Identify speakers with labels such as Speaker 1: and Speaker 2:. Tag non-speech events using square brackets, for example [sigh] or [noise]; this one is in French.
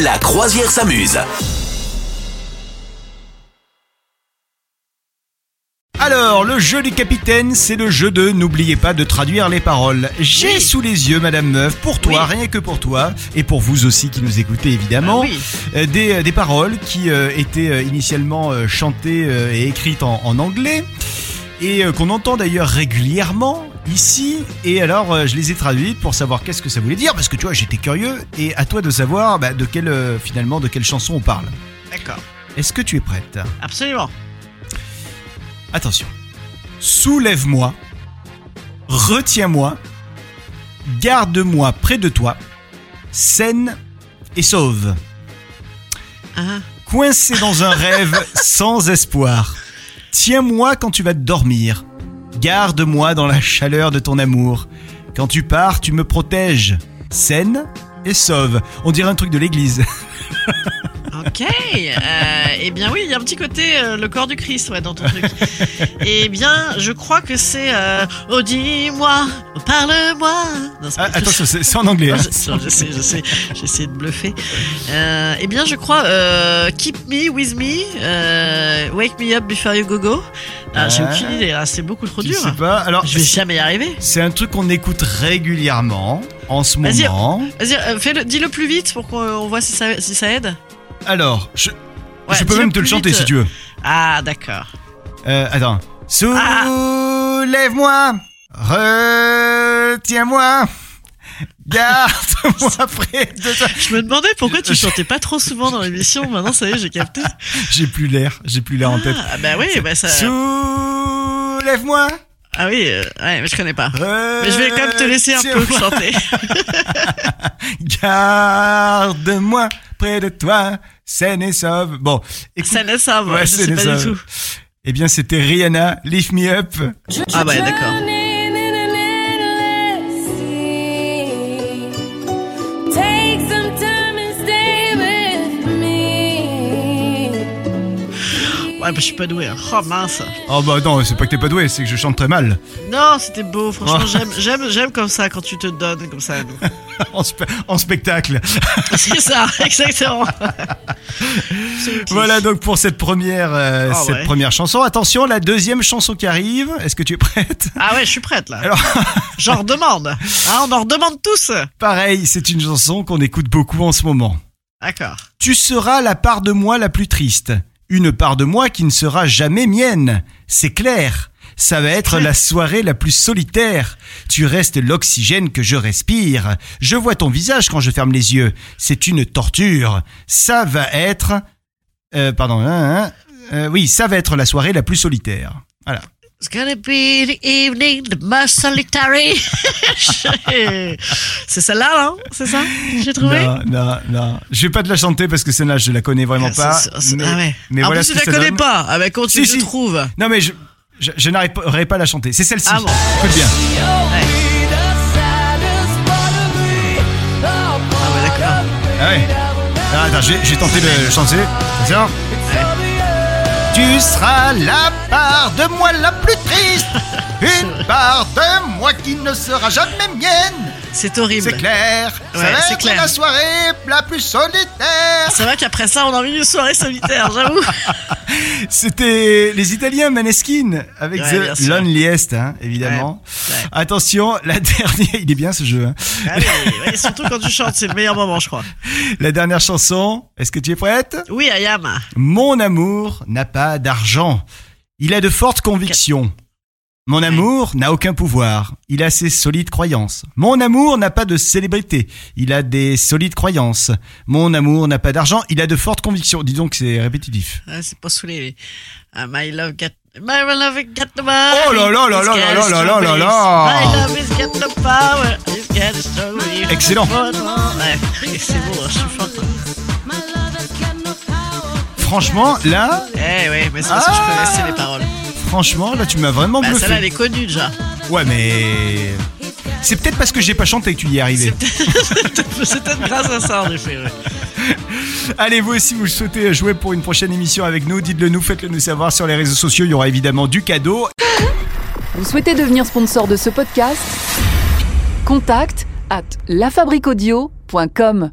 Speaker 1: La croisière s'amuse.
Speaker 2: Alors, le jeu du capitaine, c'est le jeu de n'oubliez pas de traduire les paroles. J'ai
Speaker 3: Oui.
Speaker 2: sous les yeux, Madame Meuf, pour toi, rien que pour toi, et pour vous aussi qui nous écoutez évidemment,
Speaker 3: Ah oui.
Speaker 2: euh, des, euh, des paroles qui euh, étaient euh, initialement euh, chantées euh, et écrites en, en anglais, et euh, qu'on entend d'ailleurs régulièrement ici. Et alors, euh, je les ai traduites pour savoir qu'est-ce que ça voulait dire, parce que tu vois, j'étais curieux, et à toi de savoir bah, de quelle, euh, finalement, de quelle chanson on parle.
Speaker 3: D'accord.
Speaker 2: Est-ce que tu es prête
Speaker 3: Absolument.
Speaker 2: Attention. Soulève-moi. Retiens-moi. Garde-moi près de toi. Saine et sauve.
Speaker 3: Hein
Speaker 2: Coincé dans
Speaker 3: [laughs]
Speaker 2: un rêve sans espoir. Tiens-moi quand tu vas dormir. Garde-moi dans la chaleur de ton amour. Quand tu pars, tu me protèges. Saine et sauve. On dirait un truc de
Speaker 3: [laughs]
Speaker 2: l'église.
Speaker 3: ok. Euh, eh bien oui, il y a un petit côté euh, le corps du Christ ouais, dans ton truc. eh bien, je crois que c'est euh, Oh dis-moi, oh, parle-moi. Non, c'est
Speaker 2: Ah,
Speaker 3: pas tout
Speaker 2: attention,
Speaker 3: ça.
Speaker 2: c'est c'est en anglais. hein.
Speaker 3: Je sais, je sais, je sais. J'essaie de bluffer. Euh, eh bien, je crois euh, Keep me with me, euh, Wake me up before you go go. Ah, J'ai
Speaker 2: Ah.
Speaker 3: aucune idée. Ah, c'est beaucoup trop
Speaker 2: Je
Speaker 3: dur.
Speaker 2: sais pas. Alors,
Speaker 3: Je vais jamais y arriver.
Speaker 2: c'est un truc qu'on écoute régulièrement en ce
Speaker 3: Vas-y.
Speaker 2: moment.
Speaker 3: Vas-y, euh, fais-le- dis-le plus vite pour qu'on on voit si ça, si ça aide.
Speaker 2: Alors, je,
Speaker 3: Ouais,
Speaker 2: je peux
Speaker 3: dis-le
Speaker 2: même te
Speaker 3: plus
Speaker 2: le chanter
Speaker 3: vite.
Speaker 2: si tu veux.
Speaker 3: Ah, d'accord.
Speaker 2: Euh, attends. Soulève-moi, retiens-moi,
Speaker 3: [laughs]
Speaker 2: garde-moi près de toi.
Speaker 3: Je me demandais pourquoi tu chantais pas trop souvent dans l'émission. Maintenant, ça y est, j'ai capté.
Speaker 2: J'ai plus l'air, j'ai plus l'air en tête.
Speaker 3: Ah, bah oui, bah ça.
Speaker 2: Soulève-moi,
Speaker 3: Ah oui, euh, ouais, mais je connais pas.
Speaker 2: retiens-moi.
Speaker 3: Mais je vais quand même te laisser un peu chanter.
Speaker 2: Garde-moi près de toi, saine et sauve. Bon, écoute.
Speaker 3: Ça laisse ça, moi,
Speaker 2: Ouais,
Speaker 3: je
Speaker 2: saine
Speaker 3: sais
Speaker 2: et
Speaker 3: pas du
Speaker 2: sauve.
Speaker 3: tout.
Speaker 2: Eh bien, c'était Rihanna, Lift Me Up.
Speaker 3: Ah, bah d'accord.
Speaker 4: Take some time and stay with me.
Speaker 3: Ouais, bah je suis pas doué. hein. Oh mince.
Speaker 2: Oh bah non, c'est pas que t'es pas doué, c'est que je chante très mal. [laughs]
Speaker 3: Non, c'était beau. Franchement,
Speaker 2: Oh.
Speaker 3: j'aime, j'aime, j'aime comme ça quand tu te donnes comme ça. donc. [laughs]
Speaker 2: en, spe- en spectacle.
Speaker 3: C'est ça, exactement.
Speaker 2: Voilà donc pour cette première, euh,
Speaker 3: Ah
Speaker 2: cette
Speaker 3: ouais.
Speaker 2: première chanson. Attention, la deuxième chanson qui arrive. Est-ce que tu es prête
Speaker 3: Ah ouais, je suis prête là.
Speaker 2: Alors-
Speaker 3: J'en redemande. Ah, on en redemande tous.
Speaker 2: Pareil, c'est une chanson qu'on écoute beaucoup en ce moment.
Speaker 3: D'accord.
Speaker 2: Tu seras la part de moi la plus triste. Une part de moi qui ne sera jamais mienne. C'est clair. Ça va être la soirée la plus solitaire. Tu restes l'oxygène que je respire. Je vois ton visage quand je ferme les yeux. C'est une torture. Ça va être... Euh, pardon. hein, hein, euh, oui, ça va être la soirée la plus solitaire. Voilà.
Speaker 3: It's gonna be the evening, the most solitary. [laughs] c'est celle-là, non C'est ça J'ai trouvé
Speaker 2: Non, non, non. Je vais pas te la chanter parce que celle-là, je la connais vraiment pas.
Speaker 3: C'est- c'est-
Speaker 2: mais
Speaker 3: ah ouais.
Speaker 2: mais
Speaker 3: en
Speaker 2: voilà ce
Speaker 3: plus, tu
Speaker 2: que
Speaker 3: la
Speaker 2: ça
Speaker 3: connais
Speaker 2: donne.
Speaker 3: pas. Ah bah, continue,
Speaker 2: Si,
Speaker 3: je
Speaker 2: si.
Speaker 3: trouve.
Speaker 2: Non, mais je, je, je n'arriverai pas à la chanter. C'est celle-ci.
Speaker 3: Ah bon
Speaker 2: Écoute bien. Ah ouais. Ah, attends, j'ai j'ai tenté de chanter. Attention. Tu seras la part de moi la plus [laughs] triste. Une part de moi qui ne sera jamais mienne.
Speaker 3: C'est horrible.
Speaker 2: C'est clair.
Speaker 3: Ouais,
Speaker 2: Ça va
Speaker 3: c'est
Speaker 2: être
Speaker 3: clair.
Speaker 2: la soirée la plus solitaire.
Speaker 3: C'est vrai qu'après ça, on a envie d'une soirée solitaire,
Speaker 2: [laughs]
Speaker 3: j'avoue.
Speaker 2: C'était les Italiens Maneskin avec
Speaker 3: Ouais, bien
Speaker 2: The
Speaker 3: sûr.
Speaker 2: Loneliest, hein, évidemment.
Speaker 3: Ouais, ouais.
Speaker 2: Attention, la [laughs] dernière, il est bien ce jeu. hein.
Speaker 3: Ah oui, oui, surtout quand tu chantes, c'est le meilleur moment, je crois.
Speaker 2: La dernière chanson, est-ce que tu es prête
Speaker 3: Oui, Ayam.
Speaker 2: Mon amour n'a pas d'argent. Il a de fortes convictions. Mon amour n'a aucun pouvoir. Il a ses solides croyances. Mon amour n'a pas de célébrité. Il a des solides croyances. Mon amour n'a pas d'argent. Il a de fortes convictions. Dis donc, c'est répétitif.
Speaker 3: Ah, c'est pas saoulé. lui. Ah, my love got... My love got the money.
Speaker 2: Oh là là là là là là là là là là.
Speaker 3: My love is got the power. It's got the story.
Speaker 2: Excellent.
Speaker 3: Ouais, Eh, c'est beau, je suis fort.
Speaker 2: Franchement, là,
Speaker 3: Eh ouais, mais c'est parce que
Speaker 2: Ah.
Speaker 3: je connaissais les paroles.
Speaker 2: franchement, là, tu m'as vraiment
Speaker 3: Bah, celle-là, elle
Speaker 2: bluffé.
Speaker 3: est connue déjà.
Speaker 2: Ouais, mais c'est peut-être parce que j'ai pas chanté que tu y es arrivé.
Speaker 3: C'est peut-être [laughs] c'est peut-être grâce à ça, en effet. ouais.
Speaker 2: Allez, vous aussi, vous souhaitez jouer pour une prochaine émission avec nous, dites-le nous, faites-le nous savoir sur les réseaux sociaux. Il y aura évidemment du cadeau
Speaker 5: Vous souhaitez devenir sponsor de ce podcast Contact à lafabriquaudio.com.